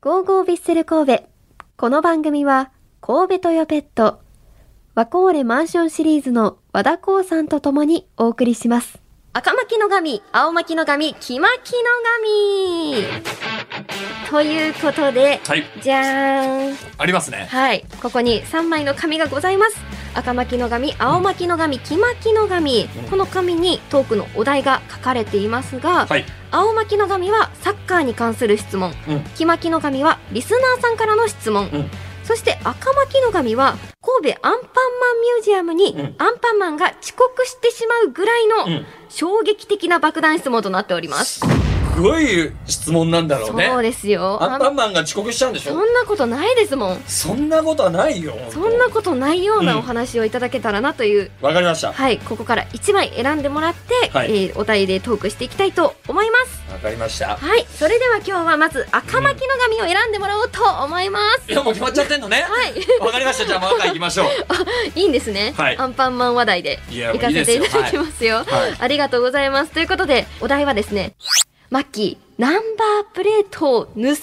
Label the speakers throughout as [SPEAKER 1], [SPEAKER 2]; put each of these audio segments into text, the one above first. [SPEAKER 1] ゴーゴービッセル神戸。この番組は、神戸トヨペット、和光レマンションシリーズの和田光さんとともにお送りします。赤巻の神、青巻の神、木巻の神ということで、
[SPEAKER 2] はい、
[SPEAKER 1] じゃーん。
[SPEAKER 2] ありますね。
[SPEAKER 1] はい、ここに3枚の紙がございます。赤巻の紙、青巻の紙、木巻の紙。この紙にトークのお題が書かれていますが、
[SPEAKER 2] はい、
[SPEAKER 1] 青巻の紙はサッカーに関する質問、
[SPEAKER 2] うん
[SPEAKER 1] 木巻の紙はリスナーさんからの質問、
[SPEAKER 2] うん
[SPEAKER 1] そして赤巻の紙は神戸アンパンマンミュージアムに
[SPEAKER 2] うん
[SPEAKER 1] アンパンマンが遅刻してしまうぐらいの
[SPEAKER 2] ん、
[SPEAKER 1] 衝撃的な爆弾質問となっております。
[SPEAKER 2] すごい質問なんだろうね。
[SPEAKER 1] そうですよ。
[SPEAKER 2] アンパ
[SPEAKER 1] あん
[SPEAKER 2] ンマンが遅刻しちゃうんでし
[SPEAKER 1] そ
[SPEAKER 2] ょ
[SPEAKER 1] んなことないですもん。
[SPEAKER 2] そんなことはないよ。本当
[SPEAKER 1] そんなことないようなお話をいただけたらなという、
[SPEAKER 2] わかりました。わ
[SPEAKER 1] はい、ここから1枚選んでもらって、
[SPEAKER 2] はい
[SPEAKER 1] えーお題でトークしていきたいと思います。
[SPEAKER 2] かりました。
[SPEAKER 1] はい、それでは今日はまず赤巻の紙を選んでもらおうと思います。
[SPEAKER 2] いや、もう決まっちゃってんのね。
[SPEAKER 1] はい、
[SPEAKER 2] わかりました。じゃあ、真赤行きましょ う。
[SPEAKER 1] いいんですね、
[SPEAKER 2] はい
[SPEAKER 1] アンパンマン話題で
[SPEAKER 2] いや
[SPEAKER 1] 行かせていただきますよ。
[SPEAKER 2] はいはい
[SPEAKER 1] ありがとうございます。ということで、お題はですね、マッキー、ナンバープレートを盗まれる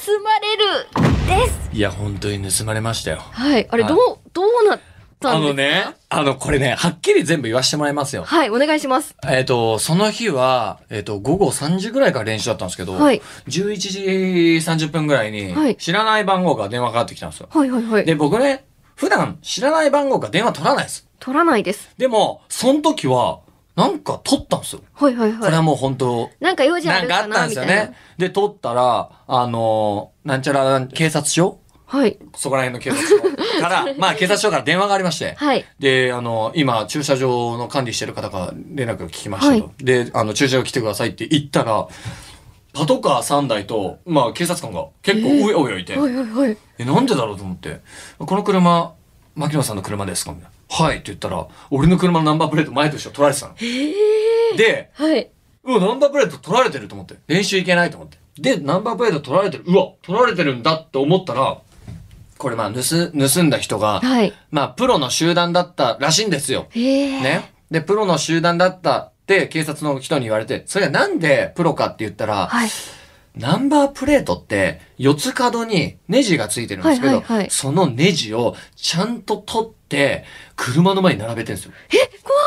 [SPEAKER 1] です。
[SPEAKER 2] いや、本当に盗まれましたよ。
[SPEAKER 1] はい、あれ、
[SPEAKER 2] はい
[SPEAKER 1] どう、どうなった
[SPEAKER 2] あ
[SPEAKER 1] んですか
[SPEAKER 2] のね、あの、これね、はっきり全部言わしてもらいますよ。
[SPEAKER 1] はい、お願いします。
[SPEAKER 2] えっ、と、その日は、えっ、と、午後3時ぐらいから練習だったんですけど、
[SPEAKER 1] はい
[SPEAKER 2] 11時30分ぐらいに
[SPEAKER 1] はい、
[SPEAKER 2] 知らない番号から電話かかってきたんですよ。
[SPEAKER 1] はいはいはい。
[SPEAKER 2] で、僕ね、普段知らない番号から電話取らないです。
[SPEAKER 1] 取らないです。
[SPEAKER 2] でも、その時は、なんか取ったんですよ。
[SPEAKER 1] はいはい
[SPEAKER 2] これ
[SPEAKER 1] は
[SPEAKER 2] はもう本当、
[SPEAKER 1] い。なんか用事あ
[SPEAKER 2] な
[SPEAKER 1] る
[SPEAKER 2] んかあ
[SPEAKER 1] か
[SPEAKER 2] った
[SPEAKER 1] なん
[SPEAKER 2] で
[SPEAKER 1] みた
[SPEAKER 2] すよ
[SPEAKER 1] いな。
[SPEAKER 2] ね。で、取ったら、あのーなんちゃらなん、警察署
[SPEAKER 1] はい。
[SPEAKER 2] そこら辺の警察署 から、まあ警察署から電話がありまして、
[SPEAKER 1] はい。
[SPEAKER 2] で、あの、今、駐車場の管理してる方から連絡が聞きましたと。
[SPEAKER 1] は
[SPEAKER 2] で、あの、駐車場来てくださいって言ったら、パトカー3台と、まあ警察官が結構おいおいおいいて、
[SPEAKER 1] はいはいはい。
[SPEAKER 2] え、なんでだろうと思って、この車、牧野さんの車ですかみたいな。はいって言ったら、俺の車のナンバープレート前と一緒に取られてたの。で、
[SPEAKER 1] はい。
[SPEAKER 2] うわ、ナンバープレート取られてると思って。練習いけないと思って。で、ナンバープレート取られてる。うわ、取られてるんだって思ったら、これまあ、盗、盗んだ人が、
[SPEAKER 1] はい。
[SPEAKER 2] まあ、プロの集団だったらしいんですよ。
[SPEAKER 1] へえ。
[SPEAKER 2] ね。で、プロの集団だったって警察の人に言われて、それがなんでプロかって言ったら、
[SPEAKER 1] はい。
[SPEAKER 2] ナンバープレートって、四つ角にネジがついてるんですけど、
[SPEAKER 1] はいはいはい
[SPEAKER 2] そのネジをちゃんと取って、車の前に並べてるんですよ。え
[SPEAKER 1] 怖
[SPEAKER 2] 怖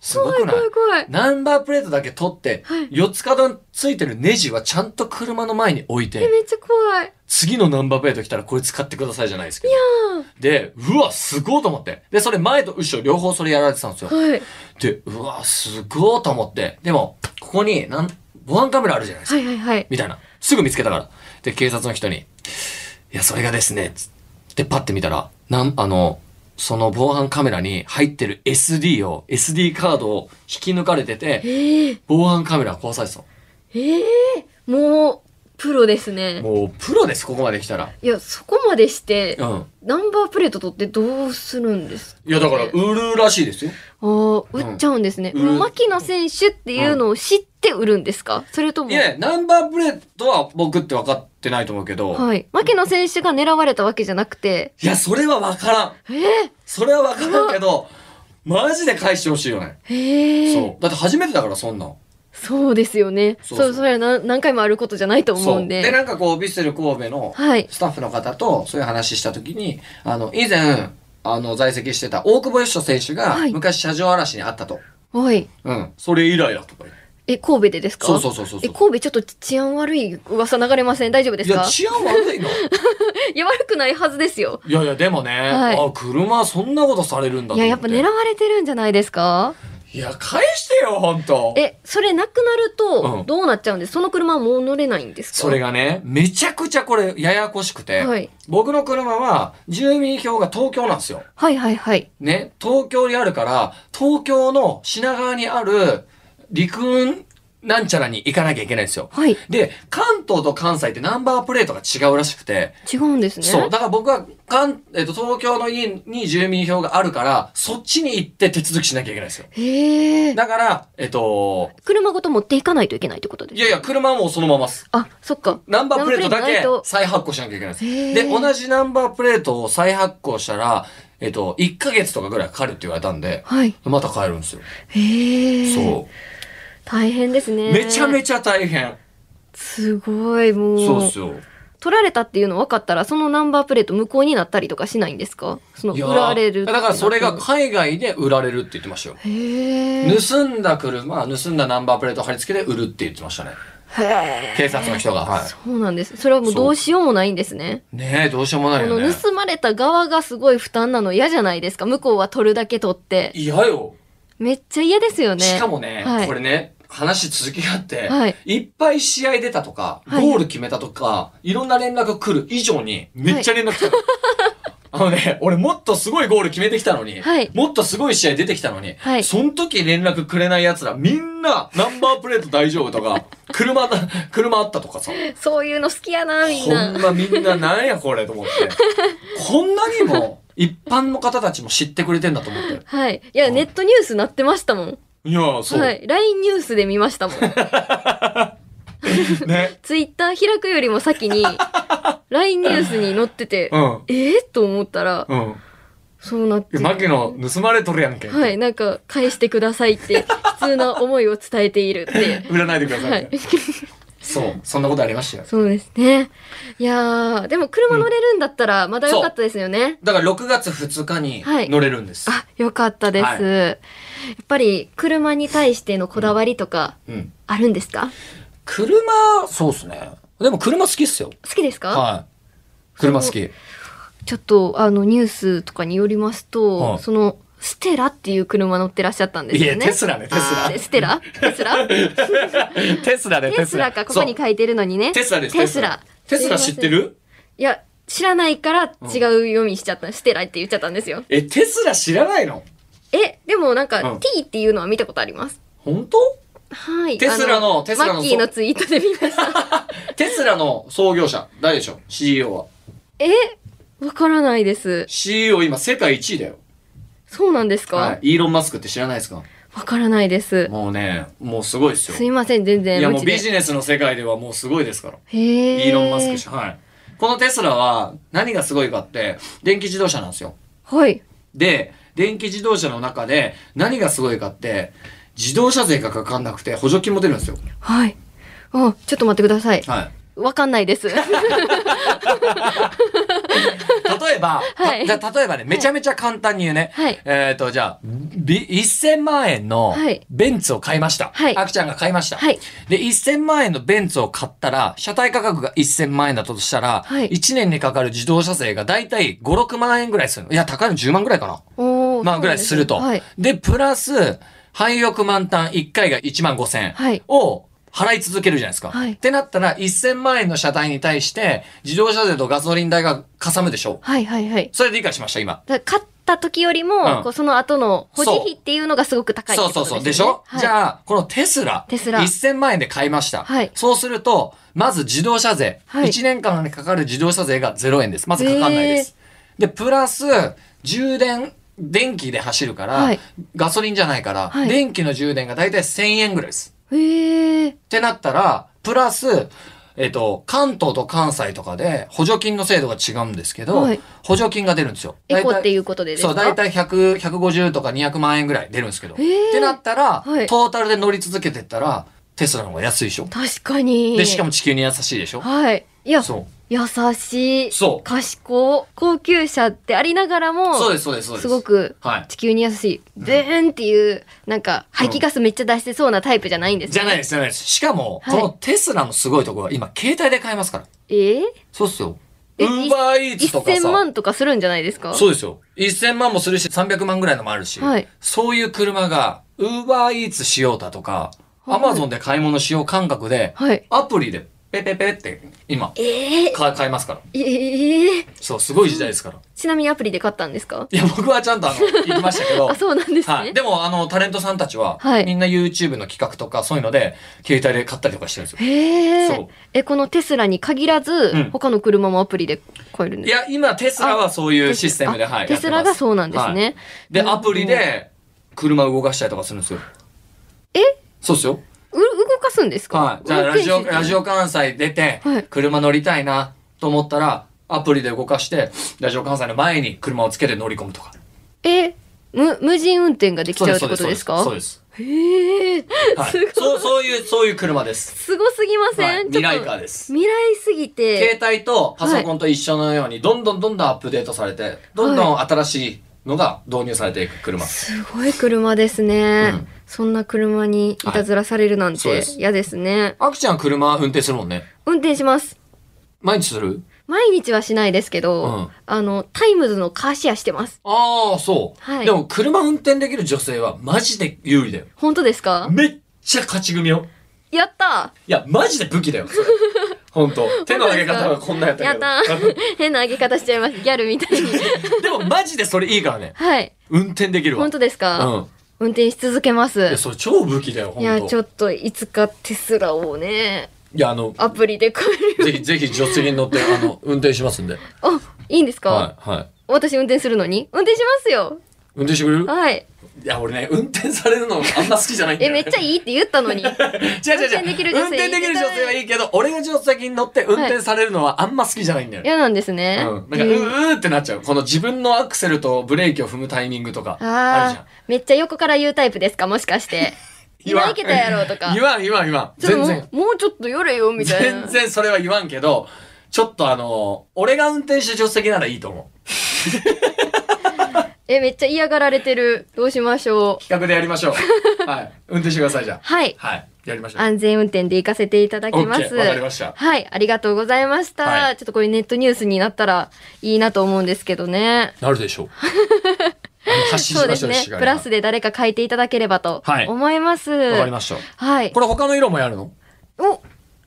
[SPEAKER 2] すごく
[SPEAKER 1] い
[SPEAKER 2] ない
[SPEAKER 1] 怖い怖い。
[SPEAKER 2] ナンバープレートだけ取って
[SPEAKER 1] はい、
[SPEAKER 2] 四つ角についてるネジはちゃんと車の前に置い
[SPEAKER 1] え、
[SPEAKER 2] て、
[SPEAKER 1] めっちゃ怖い。
[SPEAKER 2] 次のナンバープレート来たらこれ使ってくださいじゃないですけど。で、うわ、すごいと思って。で、それ前と後ろ両方それやられてたんですよ。
[SPEAKER 1] はい。
[SPEAKER 2] で、うわ、すごいと思って。でも、ここに、なん、防犯カメラあるじゃないですか
[SPEAKER 1] はいはいはい。
[SPEAKER 2] みたいな。すぐ見つけたから。で、警察の人に、いや、それがですね、つってパッて見たら、なん、あの、その防犯カメラに入ってる SD を、SD カードを引き抜かれてて、
[SPEAKER 1] ええ。
[SPEAKER 2] 防犯カメラ壊されてた
[SPEAKER 1] ええ。もう、プロですね
[SPEAKER 2] の。。もう、プロです、ここまで来たら。
[SPEAKER 1] いや、そこまでして
[SPEAKER 2] う、ん。
[SPEAKER 1] ナンバープレート取ってどうするんですか
[SPEAKER 2] いや、だから、
[SPEAKER 1] ね
[SPEAKER 2] 売るらしいですよ。
[SPEAKER 1] ああ、売っちゃうんですね。
[SPEAKER 2] うん
[SPEAKER 1] もう牧野選手っていうのを知って売るんですかそれとも
[SPEAKER 2] い。や、ナンバープレートは僕って分かってないと思うけど、
[SPEAKER 1] はい。牧野選手が狙われたわけじゃなくて。
[SPEAKER 2] いや、それは分からん。
[SPEAKER 1] ええ。
[SPEAKER 2] それは分からん けど、マジで返してほしいよね。
[SPEAKER 1] へえ。
[SPEAKER 2] そう。だって初めてだから、そんなん。
[SPEAKER 1] そうですよね。そ
[SPEAKER 2] そうう
[SPEAKER 1] そ
[SPEAKER 2] そう
[SPEAKER 1] れは何何回もあることじゃないと思うんで。
[SPEAKER 2] そうで、なんかこう、ビッセル神戸の
[SPEAKER 1] はい。
[SPEAKER 2] スタッフの方とそういう話したときに、あの、以前、あの、在籍してた大久保嘉人選手が
[SPEAKER 1] はい、
[SPEAKER 2] 昔車上荒らしにあったと。
[SPEAKER 1] おい。
[SPEAKER 2] うん。それ以来だとか言って
[SPEAKER 1] え、神戸でですか
[SPEAKER 2] そうそうそうそう
[SPEAKER 1] え、神戸ちょっと治安悪い噂流れません大丈夫です
[SPEAKER 2] いや、
[SPEAKER 1] か
[SPEAKER 2] 治安悪 いのい
[SPEAKER 1] いや、悪くないはずですよ。
[SPEAKER 2] やいや、でもね、
[SPEAKER 1] はい
[SPEAKER 2] あ、車そんなことされるんだと思
[SPEAKER 1] いや、やっぱ狙
[SPEAKER 2] う。
[SPEAKER 1] われてるんじゃないですか
[SPEAKER 2] いや、返してよ、ほんと。
[SPEAKER 1] え、それなくなる
[SPEAKER 2] う
[SPEAKER 1] と
[SPEAKER 2] ん
[SPEAKER 1] どうなっちゃうんです、その車はもう乗れないんですか
[SPEAKER 2] それがね、めちゃくちゃこれ、ややこしくて、
[SPEAKER 1] はい
[SPEAKER 2] 僕の車は、住民票が東京なんですよ。
[SPEAKER 1] はいはいはい。
[SPEAKER 2] ね、東京にあるから、東京の品川にある陸運なんちゃらに行かなきゃいけないんですよ。
[SPEAKER 1] はい。
[SPEAKER 2] で、関東と関西ってナンバープレートが違うらしくて、
[SPEAKER 1] 違うんですね。
[SPEAKER 2] そう、だから僕は関、えっと、東京の家に住民票があるから、そっちに行って手続きしなきゃいけないんですよ。
[SPEAKER 1] へえ。
[SPEAKER 2] だから、えっと、
[SPEAKER 1] 車ごと持っていかないといけないってことです
[SPEAKER 2] いやいや、車はもうそのままです。
[SPEAKER 1] あ、そっか。
[SPEAKER 2] ナンバープレートだ
[SPEAKER 1] ナンバープレー
[SPEAKER 2] け
[SPEAKER 1] トないと
[SPEAKER 2] 再発行しなきゃいけないんです。
[SPEAKER 1] へー
[SPEAKER 2] で、同じナンバープレートを再発行したら、えっと、1ヶ月とかぐらいかかるって言われたんで、
[SPEAKER 1] はい。
[SPEAKER 2] また帰るんですよ。
[SPEAKER 1] へえ。
[SPEAKER 2] そう。
[SPEAKER 1] 大変ですね。
[SPEAKER 2] めちゃめ
[SPEAKER 1] ちゃ。
[SPEAKER 2] ちゃ大変。
[SPEAKER 1] すごい、もう。
[SPEAKER 2] そうっすよ。
[SPEAKER 1] 取られたっていうの分かったら、そのナンバープレート無効になったりとかしないんですかその、
[SPEAKER 2] いや
[SPEAKER 1] 売られるってな
[SPEAKER 2] だ
[SPEAKER 1] った
[SPEAKER 2] から
[SPEAKER 1] の
[SPEAKER 2] それが海外で売られるって言ってましたよ。
[SPEAKER 1] へー。
[SPEAKER 2] 盗んだ車、盗んだナンバープレート貼り付けで売るって言ってましたね。
[SPEAKER 1] へー
[SPEAKER 2] 警察の人が。は
[SPEAKER 1] そうなんです。それはもうどうしようもないんですね。
[SPEAKER 2] い。ねえ、どうしようもな
[SPEAKER 1] こ
[SPEAKER 2] いよ
[SPEAKER 1] の
[SPEAKER 2] ね。
[SPEAKER 1] 盗まれた側がすごい負担なの嫌じゃないですか。向こうは取るだけ取って。
[SPEAKER 2] 嫌よ。
[SPEAKER 1] めっちゃ嫌ですよね。
[SPEAKER 2] しかもね、
[SPEAKER 1] はい
[SPEAKER 2] これね、話続きがあって、
[SPEAKER 1] はい
[SPEAKER 2] い、っぱい試合出たとか、
[SPEAKER 1] はい
[SPEAKER 2] ゴール決めたとか、いろんな連絡来る以上に、めっちゃ連絡来たの。 あのね、俺もっとすごいゴール決めてきたのに、
[SPEAKER 1] はい
[SPEAKER 2] もっとすごい試合出てきたのに、
[SPEAKER 1] はい
[SPEAKER 2] その時連絡くれない奴らみんなナンバープレート大丈夫 とか、車だ、車あったとかさ、
[SPEAKER 1] そういうの好きやな、みん
[SPEAKER 2] ほ
[SPEAKER 1] な。
[SPEAKER 2] んまみんななんやこれと思って、こんなに も一般の方たちも知ってくれてんだと思って。
[SPEAKER 1] はい。いや、
[SPEAKER 2] うん
[SPEAKER 1] ネットニュースなってましたもん。
[SPEAKER 2] いや、そう。
[SPEAKER 1] はい。LINE ニュースで見ま したもん。
[SPEAKER 2] ね。
[SPEAKER 1] ツイッター開くよりも先に、LINE ニュースに載ってて、
[SPEAKER 2] うん。
[SPEAKER 1] えー、と思ったら、
[SPEAKER 2] うん。
[SPEAKER 1] そうなっ
[SPEAKER 2] い
[SPEAKER 1] て
[SPEAKER 2] や。マキの盗まれとるやんけ。
[SPEAKER 1] はい。なんか、返してくださいって、普通な思いを伝えているって。
[SPEAKER 2] 売らないでくださ
[SPEAKER 1] はいい
[SPEAKER 2] ね。。そう、そんなことありましたよ。
[SPEAKER 1] そうですね。いやー、でも車乗れるんだったらまだ良かったですよね。
[SPEAKER 2] だから6月2日に
[SPEAKER 1] はい
[SPEAKER 2] 乗れるんです。
[SPEAKER 1] あ、良かったです。
[SPEAKER 2] はい
[SPEAKER 1] やっぱり車に対してのこだわりとか
[SPEAKER 2] うん。
[SPEAKER 1] あるんですか、
[SPEAKER 2] 車、そうっすね。でも車好きっすよ。
[SPEAKER 1] 好きですか、
[SPEAKER 2] はい。車好き。
[SPEAKER 1] ちょっとあのニュースとかによりますと、
[SPEAKER 2] はい
[SPEAKER 1] そのステラっていう車乗ってらっしゃったんですよね。
[SPEAKER 2] いやテスラねテスラ
[SPEAKER 1] あーステラテス ラ
[SPEAKER 2] テスラで
[SPEAKER 1] テスラか、ここに書いてるのにね。
[SPEAKER 2] テスラです。
[SPEAKER 1] テスラ。
[SPEAKER 2] テスラ知ってる
[SPEAKER 1] いや、知らないから違う読みしちゃった。ステラって言っちゃったんですよ。
[SPEAKER 2] え、テスラ知らないの
[SPEAKER 1] え、でもなんか、
[SPEAKER 2] うん
[SPEAKER 1] T っていうのは見たことあります。
[SPEAKER 2] 本当
[SPEAKER 1] はい。
[SPEAKER 2] テスラの
[SPEAKER 1] あ
[SPEAKER 2] テスラの
[SPEAKER 1] マッキーのツイートで見ま した。
[SPEAKER 2] テスラの創業者、誰でしょう ?CEO は。
[SPEAKER 1] えわからないです。
[SPEAKER 2] CEO 今世界1位だよ。
[SPEAKER 1] そうなんですかわ、
[SPEAKER 2] はい。イーロン・マスクって知らないですか
[SPEAKER 1] からないです。
[SPEAKER 2] もうね、もうすごいですよ。
[SPEAKER 1] すいません、全然。
[SPEAKER 2] いやも
[SPEAKER 1] 無
[SPEAKER 2] う
[SPEAKER 1] 知で
[SPEAKER 2] ビジネスの世界ではもうすごいですから。
[SPEAKER 1] へー
[SPEAKER 2] イーロン・マスク氏。はい。このテスラは何がすごいかって、電気自動車なんですよ。
[SPEAKER 1] はい。
[SPEAKER 2] で、電気自動車の中で何がすごいかって、自動車税がかかんなくて補助金も出るんですよ。
[SPEAKER 1] はい。あ、ちょっと待ってください。
[SPEAKER 2] はい。
[SPEAKER 1] わかんない です。
[SPEAKER 2] 例えば、
[SPEAKER 1] はい
[SPEAKER 2] たじゃあ例えばね、めちゃめちゃ簡単に言うね。
[SPEAKER 1] はい
[SPEAKER 2] えっ、と、じゃあ、び1000万円の
[SPEAKER 1] はい
[SPEAKER 2] ベンツを買いました。
[SPEAKER 1] はい
[SPEAKER 2] あきちゃんが買いました。
[SPEAKER 1] はい
[SPEAKER 2] で、1000万円のベンツを買ったら、車体価格が1000万円だったとしたら、
[SPEAKER 1] はい
[SPEAKER 2] 1年にかかる自動車税がだいたい5、6万円ぐらいするの。いや、高いの10万ぐらいかな。
[SPEAKER 1] おー
[SPEAKER 2] まあ
[SPEAKER 1] そうなんでね
[SPEAKER 2] ぐらいすると。
[SPEAKER 1] はい。
[SPEAKER 2] で、プラス、廃浴満タン1回が1万5千
[SPEAKER 1] はい
[SPEAKER 2] を払い続けるじゃないですか。
[SPEAKER 1] はい
[SPEAKER 2] ってなったら、1000万円の車体に対して、自動車税とガソリン代がかさむでしょう。
[SPEAKER 1] はいはいはい。
[SPEAKER 2] それ理解しました、今。
[SPEAKER 1] だから勝った時よりも、
[SPEAKER 2] うん
[SPEAKER 1] こうその後の保持
[SPEAKER 2] そう
[SPEAKER 1] 費っていうのがすごく高いってこ
[SPEAKER 2] そうそう
[SPEAKER 1] と
[SPEAKER 2] そう。
[SPEAKER 1] で
[SPEAKER 2] ですし
[SPEAKER 1] よね
[SPEAKER 2] ょ、じ
[SPEAKER 1] はい
[SPEAKER 2] ゃあ、このテスラ。
[SPEAKER 1] テスラ
[SPEAKER 2] 1000万円で買いました。
[SPEAKER 1] はい
[SPEAKER 2] そうすると、まず自動車税。
[SPEAKER 1] はい
[SPEAKER 2] 1年間にかかる自動車税が0円です。まずかかんないです。で、プラス、充電、電気で走るから、
[SPEAKER 1] はい
[SPEAKER 2] ガソリンじゃないから、
[SPEAKER 1] はい
[SPEAKER 2] 電気の充電がだいたい1000円ぐらいです。
[SPEAKER 1] へえ。
[SPEAKER 2] ってなったら、プラス、えっ、と、関東と関西とかで補助金の制度が違うんですけど、
[SPEAKER 1] はい
[SPEAKER 2] 補助金が出るんですよ。。
[SPEAKER 1] エコっていううことでですか
[SPEAKER 2] そう、だいたい100、150とか200万円ぐらい出るんですけど。
[SPEAKER 1] ー
[SPEAKER 2] ってなったら、
[SPEAKER 1] はい
[SPEAKER 2] トータルで乗り続けてったら、テスラの方が安いでしょ。
[SPEAKER 1] 確かに。
[SPEAKER 2] で、しかも地球に優しいでしょ。
[SPEAKER 1] はい。いや、
[SPEAKER 2] そう。
[SPEAKER 1] 優しい。
[SPEAKER 2] そう
[SPEAKER 1] 賢い。高級車ってありながらも、
[SPEAKER 2] そうです、そうです、そうで
[SPEAKER 1] す
[SPEAKER 2] す。
[SPEAKER 1] ご。く
[SPEAKER 2] はい。
[SPEAKER 1] 地球に優しい。ブーンっていう、なんか、排気ガスめっちゃ出してそうなタイプじゃないんです、ね。
[SPEAKER 2] じゃないですす、じゃないです。しかも、
[SPEAKER 1] はい
[SPEAKER 2] このテスラのすごいところは今、携帯で買えますから。
[SPEAKER 1] えー、
[SPEAKER 2] そうっすよ。ウ
[SPEAKER 1] え
[SPEAKER 2] ーバーイーツとかさ。
[SPEAKER 1] ?1000 万とかするんじゃないですか
[SPEAKER 2] そうですよ。1000万もするし、300万ぐらいのもあるし、
[SPEAKER 1] はい
[SPEAKER 2] そういう車が、ウーバーイーツしようだとか、アマゾンで買い物しよう感覚で、
[SPEAKER 1] はい。
[SPEAKER 2] アプリで、ペペペって、今、
[SPEAKER 1] ええ
[SPEAKER 2] か買えますから。
[SPEAKER 1] ええ
[SPEAKER 2] そう、すごい時代ですから。
[SPEAKER 1] ちなみにアプリで買ったんですか
[SPEAKER 2] いや、僕はちゃんと あの、行きましたけど、
[SPEAKER 1] あ、そうなんですね。
[SPEAKER 2] はい。でも、あの、タレントさんたちは、
[SPEAKER 1] はい
[SPEAKER 2] みんな YouTube の企画とか、そういうので、携帯で買ったりとかしてるんですよ。
[SPEAKER 1] へえ
[SPEAKER 2] そう。
[SPEAKER 1] え、このテスラに限らず、
[SPEAKER 2] ん
[SPEAKER 1] 他の車もアプリで買えるん
[SPEAKER 2] い
[SPEAKER 1] ですか
[SPEAKER 2] や、今、テスラはそういうシステムで、
[SPEAKER 1] あ
[SPEAKER 2] はい。
[SPEAKER 1] テスラがそうなんですね。
[SPEAKER 2] はいで、アプリで、車動かしたりとかするんですよ。
[SPEAKER 1] え
[SPEAKER 2] そうっすよ。
[SPEAKER 1] う動かすんですか
[SPEAKER 2] はい。じゃあ、
[SPEAKER 1] 運
[SPEAKER 2] ラ
[SPEAKER 1] 転
[SPEAKER 2] ジオ、
[SPEAKER 1] 手
[SPEAKER 2] ラジオ関西出て
[SPEAKER 1] はい、
[SPEAKER 2] 車乗りたいなと思ったら、アプリで動かして、ラジオ関西の前に車をつけて乗り込むとか。
[SPEAKER 1] え、無、無人運転ができちゃうってことですか
[SPEAKER 2] そうです。
[SPEAKER 1] へえ、
[SPEAKER 2] はい
[SPEAKER 1] すごい。
[SPEAKER 2] そう、そういう、そういう車です。
[SPEAKER 1] すごすぎません、
[SPEAKER 2] はい、
[SPEAKER 1] ちょ
[SPEAKER 2] 未
[SPEAKER 1] っと
[SPEAKER 2] 来カーです。
[SPEAKER 1] 未来すぎて。
[SPEAKER 2] 携帯とパソコンと一緒のように、どんどんどんどんアップデートされて、どんどん新しいのが導入されていく車。
[SPEAKER 1] すごい車ですね、
[SPEAKER 2] うん
[SPEAKER 1] そんな車にいたずらされるなん
[SPEAKER 2] はいそう
[SPEAKER 1] て
[SPEAKER 2] です
[SPEAKER 1] 嫌ですね。
[SPEAKER 2] あきちゃん車運転するもんね。
[SPEAKER 1] 運転します。
[SPEAKER 2] 毎日する
[SPEAKER 1] 毎日はしないですけど、
[SPEAKER 2] うん
[SPEAKER 1] あの、タイムズのカーシェアしてます。
[SPEAKER 2] ああ、そう。
[SPEAKER 1] はい
[SPEAKER 2] でも、車運転できる女性はマジで有利だよ。
[SPEAKER 1] 本当ですか
[SPEAKER 2] めっちゃ勝ち組よ。
[SPEAKER 1] やった
[SPEAKER 2] いや、マジで武器だよ、 それ。本当手の上げ方がこんなんやった
[SPEAKER 1] やっ
[SPEAKER 2] けど。
[SPEAKER 1] た 変な上げ方しちゃいます。ギャルみた いに。
[SPEAKER 2] でも、マジでそれいいからね。
[SPEAKER 1] はい。
[SPEAKER 2] 運転できるわ。
[SPEAKER 1] 本当ですか、
[SPEAKER 2] うん。
[SPEAKER 1] 運転し続けま
[SPEAKER 2] い
[SPEAKER 1] す
[SPEAKER 2] や、。それ超武器だよ、本
[SPEAKER 1] い
[SPEAKER 2] 当
[SPEAKER 1] や、ちょっといつかテスラをね、
[SPEAKER 2] いや、あの、
[SPEAKER 1] アプリで買える。
[SPEAKER 2] ぜひ、ぜひ、助手席に乗って、あの、運転しますんで。
[SPEAKER 1] あ、いいんですか、
[SPEAKER 2] はい、はい。
[SPEAKER 1] 私運転するのに運転しますよ。
[SPEAKER 2] 運転してくれる
[SPEAKER 1] はい。
[SPEAKER 2] いや、俺ね、運転されるのあんま好きじゃないんだ
[SPEAKER 1] え、
[SPEAKER 2] よ、
[SPEAKER 1] めっ
[SPEAKER 2] ね。
[SPEAKER 1] ちゃいいって言ったの に。
[SPEAKER 2] 違う違う違う。
[SPEAKER 1] 運転できる女性
[SPEAKER 2] 運転できる女性はいいけど、俺が助手席に乗って運転されるのはあんま好きじゃないんだよね。
[SPEAKER 1] 嫌なんですね。
[SPEAKER 2] うん。なんか、うーってなっちゃう。この自分のアクセルとブレーキを踏むタイミングとか、あるじゃ
[SPEAKER 1] ああ
[SPEAKER 2] ん。
[SPEAKER 1] ー、めっちゃ横から言うタイプですかもしか して。いないけたやろうとか
[SPEAKER 2] 言。わん、言わん、言わん。
[SPEAKER 1] ちょ
[SPEAKER 2] 全
[SPEAKER 1] っと
[SPEAKER 2] 然。
[SPEAKER 1] もうもうちょっと寄れよ、みたいな。
[SPEAKER 2] 全然それは言わんけど、ちょっとあの、俺が運転して助手席ならいいと思う。
[SPEAKER 1] え、めっちゃ嫌がられてる。どうしましょう。
[SPEAKER 2] 企画でやりましょ う。はい。運転してください、じゃあ。
[SPEAKER 1] はい。
[SPEAKER 2] はい。やりましょう。
[SPEAKER 1] 安全運転で行かせていただきます。
[SPEAKER 2] OK わかりました
[SPEAKER 1] はい、ありがとうございました。
[SPEAKER 2] はい
[SPEAKER 1] ちょっとこれネットニュースになったらいいなと思うんですけどね。
[SPEAKER 2] なる でしょう。あの発信
[SPEAKER 1] そう
[SPEAKER 2] しま
[SPEAKER 1] で
[SPEAKER 2] しょ
[SPEAKER 1] す
[SPEAKER 2] う、
[SPEAKER 1] ね。
[SPEAKER 2] し
[SPEAKER 1] プラスで誰か書いていただければと
[SPEAKER 2] はい
[SPEAKER 1] 思います。
[SPEAKER 2] わ
[SPEAKER 1] は
[SPEAKER 2] か
[SPEAKER 1] い
[SPEAKER 2] り。ました。こ
[SPEAKER 1] これ
[SPEAKER 2] れ他の色もやるの
[SPEAKER 1] お、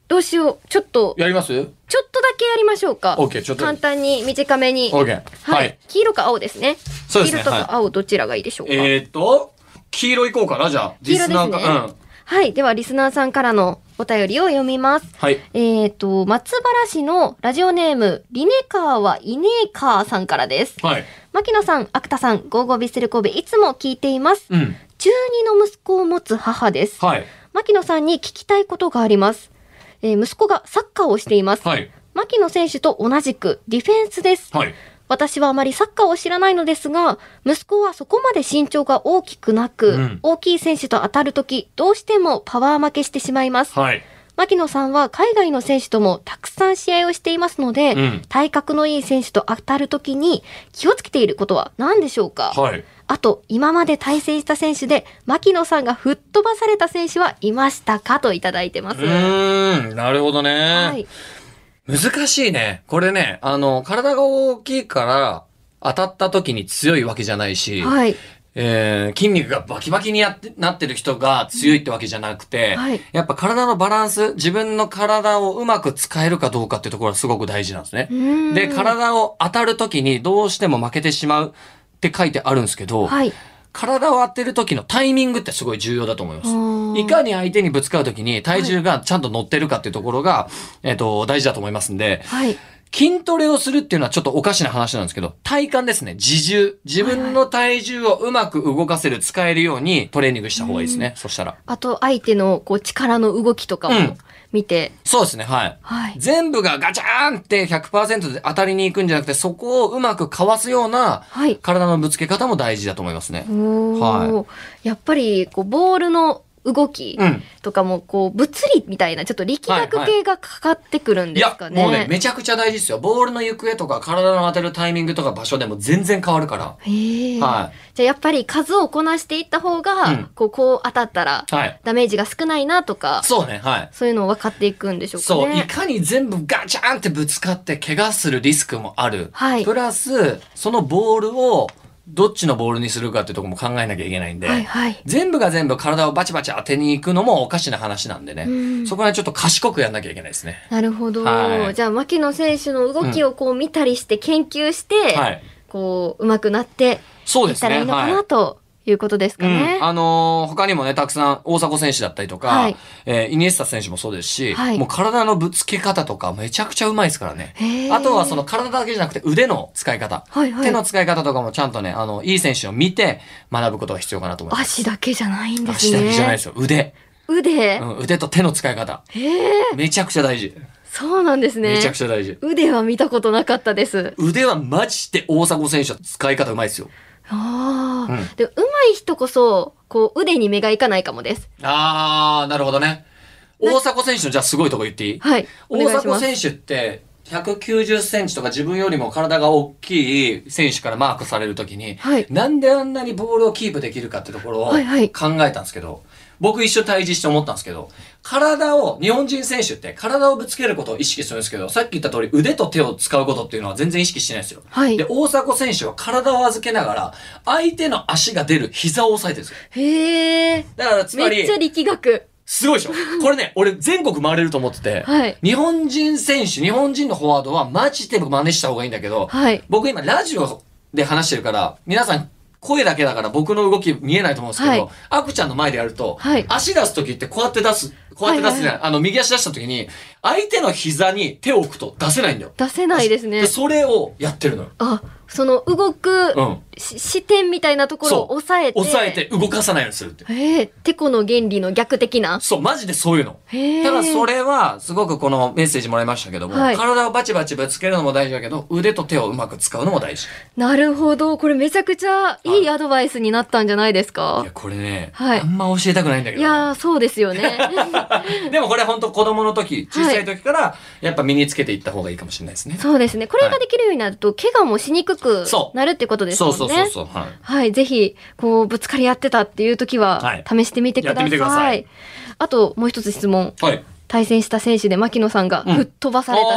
[SPEAKER 1] どうしよう。ちょっと、
[SPEAKER 2] やります
[SPEAKER 1] ちょっとだけやりましょうか。
[SPEAKER 2] OK ちょっと
[SPEAKER 1] 簡単に、短めに。
[SPEAKER 2] ?OK。
[SPEAKER 1] は
[SPEAKER 2] はいい。。
[SPEAKER 1] 黄色か青ですね。
[SPEAKER 2] そうですね
[SPEAKER 1] 黄色と
[SPEAKER 2] は
[SPEAKER 1] か青、どちらがいいでしょうか。
[SPEAKER 2] えーっと、黄色いこうかな、じゃあ。
[SPEAKER 1] 黄色です
[SPEAKER 2] リ
[SPEAKER 1] ね
[SPEAKER 2] スナーかうん。
[SPEAKER 1] はい。では、リスナーさんからのお便りを読みます。
[SPEAKER 2] はい。
[SPEAKER 1] えっ、と、松原市のラジオネーム、リネカーはいねえかーさんからです。
[SPEAKER 2] はい。
[SPEAKER 1] 牧野さん、芥田さん、ゴーゴービッセル神戸、いつも聞いています。
[SPEAKER 2] うん。
[SPEAKER 1] 中二の息子を持つ母です。
[SPEAKER 2] はい。
[SPEAKER 1] 牧野さんに聞きたいことがあります。えー息子がサッカーをしています。
[SPEAKER 2] はい。
[SPEAKER 1] 牧野選手と同じくディフェンスです。
[SPEAKER 2] はい。
[SPEAKER 1] 私はあまりサッカーを知らないのですが、息子はそこまで身長が大きくなく、
[SPEAKER 2] うん
[SPEAKER 1] 大きい選手と当たるとき、どうしてもパワー負けしてしまいます。
[SPEAKER 2] はい。
[SPEAKER 1] 牧野さんは海外の選手ともたくさん試合をしていますので、
[SPEAKER 2] うん
[SPEAKER 1] 体格のいい選手と当たるときに気をつけていることは何でしょうか、
[SPEAKER 2] はい。
[SPEAKER 1] あと、今まで対戦した選手で、牧野さんが吹っ飛ばされた選手はいましたかといただいてま
[SPEAKER 2] う
[SPEAKER 1] す。
[SPEAKER 2] ーん、なるほどね。
[SPEAKER 1] はい。
[SPEAKER 2] 難しいね。これね、あの、体が大きいから、当たった時に強いわけじゃないし、
[SPEAKER 1] はい。
[SPEAKER 2] えー筋肉がバキバキにやってなってる人が強いってわけじゃなくて、
[SPEAKER 1] はい
[SPEAKER 2] やっぱ体のバランス、自分の体をうまく使えるかどうかっていうところがすごく大事なんですね。
[SPEAKER 1] うん
[SPEAKER 2] で、体を当たる時にどうしても負けてしまうって書いてあるんですけど、
[SPEAKER 1] はい。
[SPEAKER 2] 体を当てる時のタイミングってすごい重要だと思いま
[SPEAKER 1] あ
[SPEAKER 2] す。
[SPEAKER 1] ー
[SPEAKER 2] いかに相手にぶつかる時に体重がちゃんと乗ってるかっていうところが、えっ、と、大事だと思いますんで、
[SPEAKER 1] はい。
[SPEAKER 2] 筋トレをするっていうのはちょっとおかしな話なんですけど、体幹ですね。自重。自分の体重をうまく動かせる、使えるようにトレーニングした方がいいですね。そしたら。
[SPEAKER 1] あと、相手のこう力の動きとか
[SPEAKER 2] うん
[SPEAKER 1] も見て、
[SPEAKER 2] そうですね、はい。
[SPEAKER 1] はい。
[SPEAKER 2] 全部がガチャーンって100%で当たりに行くんじゃなくて、そこをうまくかわすような
[SPEAKER 1] はい。
[SPEAKER 2] 体のぶつけ方も大事だと思いますね。
[SPEAKER 1] おーやっぱり、こう、ボールの動き
[SPEAKER 2] うん
[SPEAKER 1] とかも、こう、物理みたいな、ちょっと力学系がかかってくるん
[SPEAKER 2] い
[SPEAKER 1] で
[SPEAKER 2] や
[SPEAKER 1] すか、ね。
[SPEAKER 2] もうね、めちゃくちゃ大事ですよ。ボールの行方とか、体の当てるタイミングとか場所でも全然変わるから。
[SPEAKER 1] へえ。
[SPEAKER 2] は
[SPEAKER 1] じゃあ、やっぱり数をこなしていった方が、
[SPEAKER 2] うん
[SPEAKER 1] こう、こう当たったら、
[SPEAKER 2] はい。
[SPEAKER 1] ダメージが少ないなとか、
[SPEAKER 2] そうね、はい。
[SPEAKER 1] そういうのを分かっていくんでしょうか
[SPEAKER 2] そう、い
[SPEAKER 1] ね。
[SPEAKER 2] かに全部ガチャンってぶつかって怪我するリスクもある。
[SPEAKER 1] はい
[SPEAKER 2] プラス、そのボールをどっちのボールにするかってとこも考えなきゃいけないんで、
[SPEAKER 1] はいはい。
[SPEAKER 2] 全部が全部体をバチバチ当てに行くのもおかしな話なんでね、
[SPEAKER 1] うん
[SPEAKER 2] そこはちょっと賢くやんなきゃいけないですね。
[SPEAKER 1] なるほど。
[SPEAKER 2] はい
[SPEAKER 1] じゃあ、牧野選手の動きをこう見たりして、研究して、
[SPEAKER 2] はい。
[SPEAKER 1] こう、上手くなって
[SPEAKER 2] そう
[SPEAKER 1] い
[SPEAKER 2] で
[SPEAKER 1] っ
[SPEAKER 2] す
[SPEAKER 1] たら
[SPEAKER 2] ね。
[SPEAKER 1] いいのか
[SPEAKER 2] はい
[SPEAKER 1] な、ということですかね。
[SPEAKER 2] うん、あのー他にもね、たくさん、大迫選手だったりとか、
[SPEAKER 1] はい
[SPEAKER 2] えーイニエスタ選手もそうですし、
[SPEAKER 1] はい
[SPEAKER 2] もう体のぶつけ方とかめちゃくちゃうまいですからね
[SPEAKER 1] へ。ー
[SPEAKER 2] あとはその体だけじゃなくて腕の使い方、
[SPEAKER 1] はいはい
[SPEAKER 2] 手の使い方とかもちゃんとね、あの、いい選手を見て学ぶことが必要かなと思います。
[SPEAKER 1] 足だけじゃないんです
[SPEAKER 2] 足
[SPEAKER 1] ね。
[SPEAKER 2] だけじゃないですよ。腕。
[SPEAKER 1] 腕、
[SPEAKER 2] うん、腕と手の使い方。めちゃくちゃ大事。
[SPEAKER 1] そうなんですね
[SPEAKER 2] めちゃくちゃ大事。
[SPEAKER 1] 腕は見たことなかったです
[SPEAKER 2] 腕はマジで大迫選手は使い方うまいですよ。
[SPEAKER 1] あー、
[SPEAKER 2] うん
[SPEAKER 1] で上手い人こそこう、腕に目がいかないかもです。
[SPEAKER 2] あー、なるほどね。大迫選手のじゃあすごいとこ言っていい
[SPEAKER 1] はい。お願
[SPEAKER 2] 大
[SPEAKER 1] いしま
[SPEAKER 2] 迫
[SPEAKER 1] す。
[SPEAKER 2] 選手って、190センチとか自分よりも体が大きい選手からマークされるときに、
[SPEAKER 1] はい
[SPEAKER 2] なんであんなにボールをキープできるかってところを考
[SPEAKER 1] はいは
[SPEAKER 2] え
[SPEAKER 1] い
[SPEAKER 2] たんですけど、僕一緒対峙して思ったんですけど、体を、日本人選手って体をぶつけることを意識するんですけど、さっき言った通り腕と手を使うことっていうのは全然意識してないんですよ。
[SPEAKER 1] はい
[SPEAKER 2] で、大迫選手は体を預けながら、相手の足が出る膝を押さえてるんですよ。
[SPEAKER 1] へえ。
[SPEAKER 2] だからつまり、
[SPEAKER 1] めっちゃ力学。
[SPEAKER 2] すごいでしょこれね、俺全国回れると思ってて、
[SPEAKER 1] はい
[SPEAKER 2] 日本人選手、日本人のフォワードはマジで真似した方がいいんだけど、
[SPEAKER 1] はい。
[SPEAKER 2] 僕今ラジオで話してるから、皆さん声だけだから僕の動き見えないと思うんですけど、
[SPEAKER 1] はい
[SPEAKER 2] アクちゃんの前でやると、
[SPEAKER 1] はい
[SPEAKER 2] 足出す時ってこうやって出す、こうやって出すじゃない、あの右足出した時に、相手の膝に手を置くと出せないんだよ。
[SPEAKER 1] 出せないですね
[SPEAKER 2] で、。それをやってるのよ。
[SPEAKER 1] あ、その動く、
[SPEAKER 2] うん。
[SPEAKER 1] し視点みたいなところを抑えて。
[SPEAKER 2] 抑えて。動かさないようにするって。
[SPEAKER 1] へえ、てこの原理の逆的な。
[SPEAKER 2] そう、マジでそういうの。
[SPEAKER 1] へえ。
[SPEAKER 2] ただそれは、すごくこのメッセージもらいましたけども、
[SPEAKER 1] はい
[SPEAKER 2] 体をバチバチぶつけるのも大事だけど、腕と手をうまく使うのも大事。
[SPEAKER 1] なるほど。これめちゃくちゃい
[SPEAKER 2] はい
[SPEAKER 1] いアドバイスになったんじゃないです
[SPEAKER 2] い
[SPEAKER 1] か
[SPEAKER 2] や、これね、
[SPEAKER 1] はい
[SPEAKER 2] あんま教えたくないんだけ
[SPEAKER 1] い
[SPEAKER 2] どね、
[SPEAKER 1] やー、そうですよ ね。
[SPEAKER 2] でもこれ本当子供の時、
[SPEAKER 1] は
[SPEAKER 2] 小
[SPEAKER 1] い
[SPEAKER 2] さい時から、やっぱ身につけていった方がいいかもしれないですね。
[SPEAKER 1] そうですね。これができるようになると、怪我もしにくく
[SPEAKER 2] そう
[SPEAKER 1] なるってことですもんね。
[SPEAKER 2] そうそうそうそう。はい。
[SPEAKER 1] はい、ぜひ、こう、ぶつかり合ってたっていう時
[SPEAKER 2] は、
[SPEAKER 1] はい試してみてくださ
[SPEAKER 2] やって
[SPEAKER 1] い。
[SPEAKER 2] みてください
[SPEAKER 1] あと、もう一つ質問。
[SPEAKER 2] はい。
[SPEAKER 1] 対戦した選手で、牧野さんが
[SPEAKER 2] うん
[SPEAKER 1] 吹っ飛ばされた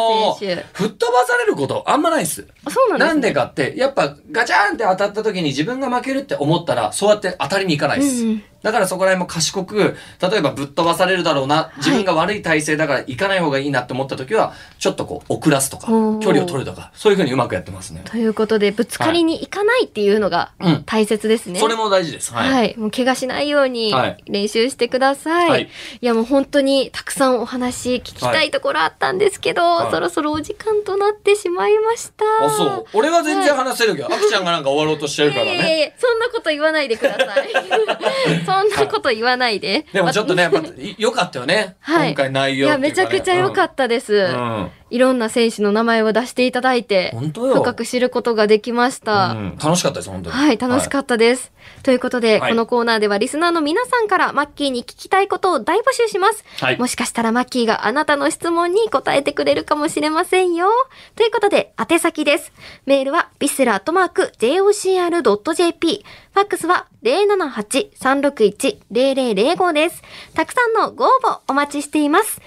[SPEAKER 1] 選手。
[SPEAKER 2] あー吹っ飛ばされることあんまないっす。
[SPEAKER 1] あそうなんです、ね、
[SPEAKER 2] なんでかって、やっぱガチャーンって当たった時に自分が負けるって思ったら、そうやって当たりに行かないです。
[SPEAKER 1] うんうん
[SPEAKER 2] だからそこら辺も賢く、例えばぶっ飛ばされるだろうな、自分が悪い体勢だから行かない方がいいなって思った時は、ちょっとこう、遅らすとか、
[SPEAKER 1] おー
[SPEAKER 2] 距離を取るとか、そういう風にうまくやってますね。
[SPEAKER 1] ということで、ぶつかりに行かないっていうのが
[SPEAKER 2] うん。
[SPEAKER 1] 大切ですね。
[SPEAKER 2] それも大事です。
[SPEAKER 1] はい、
[SPEAKER 2] はい。
[SPEAKER 1] もう怪我しないように
[SPEAKER 2] はい
[SPEAKER 1] 練習してください。
[SPEAKER 2] はいい、
[SPEAKER 1] やもう本当にたくさんお話聞きたいところあったんですけど、
[SPEAKER 2] い
[SPEAKER 1] そろそろお時間となってしまいました。
[SPEAKER 2] あ、そう。俺は全然話せるけど、あきちゃんがなんか終わろうとしてるから
[SPEAKER 1] いやいや
[SPEAKER 2] ね。
[SPEAKER 1] いやそんなこと言わないでくださ い。そんなこと言わないで。
[SPEAKER 2] でもちょっとね、やっぱ、い良かったよね。
[SPEAKER 1] はい
[SPEAKER 2] 今回内
[SPEAKER 1] い
[SPEAKER 2] 容
[SPEAKER 1] や、めちゃくちゃ良か
[SPEAKER 2] っ
[SPEAKER 1] ったです、
[SPEAKER 2] たうん。
[SPEAKER 1] いろんな選手の名前を出していただいて、
[SPEAKER 2] 本当よ。
[SPEAKER 1] 深く知ることができました。
[SPEAKER 2] うん楽しかったです、本当に。
[SPEAKER 1] はい、楽しかったです。ということで、
[SPEAKER 2] はい
[SPEAKER 1] このコーナーではリスナーの皆さんからマッキーに聞きたいことを大募集します。
[SPEAKER 2] はい
[SPEAKER 1] もしかしたらマッキーがあなたの質問に答えてくれるかもしれませんよ。ということで、宛先です。メールは、ビスラットマーク、jocr.jp。ファックスは、078-361-0005です。たくさんのご応募お待ちしています。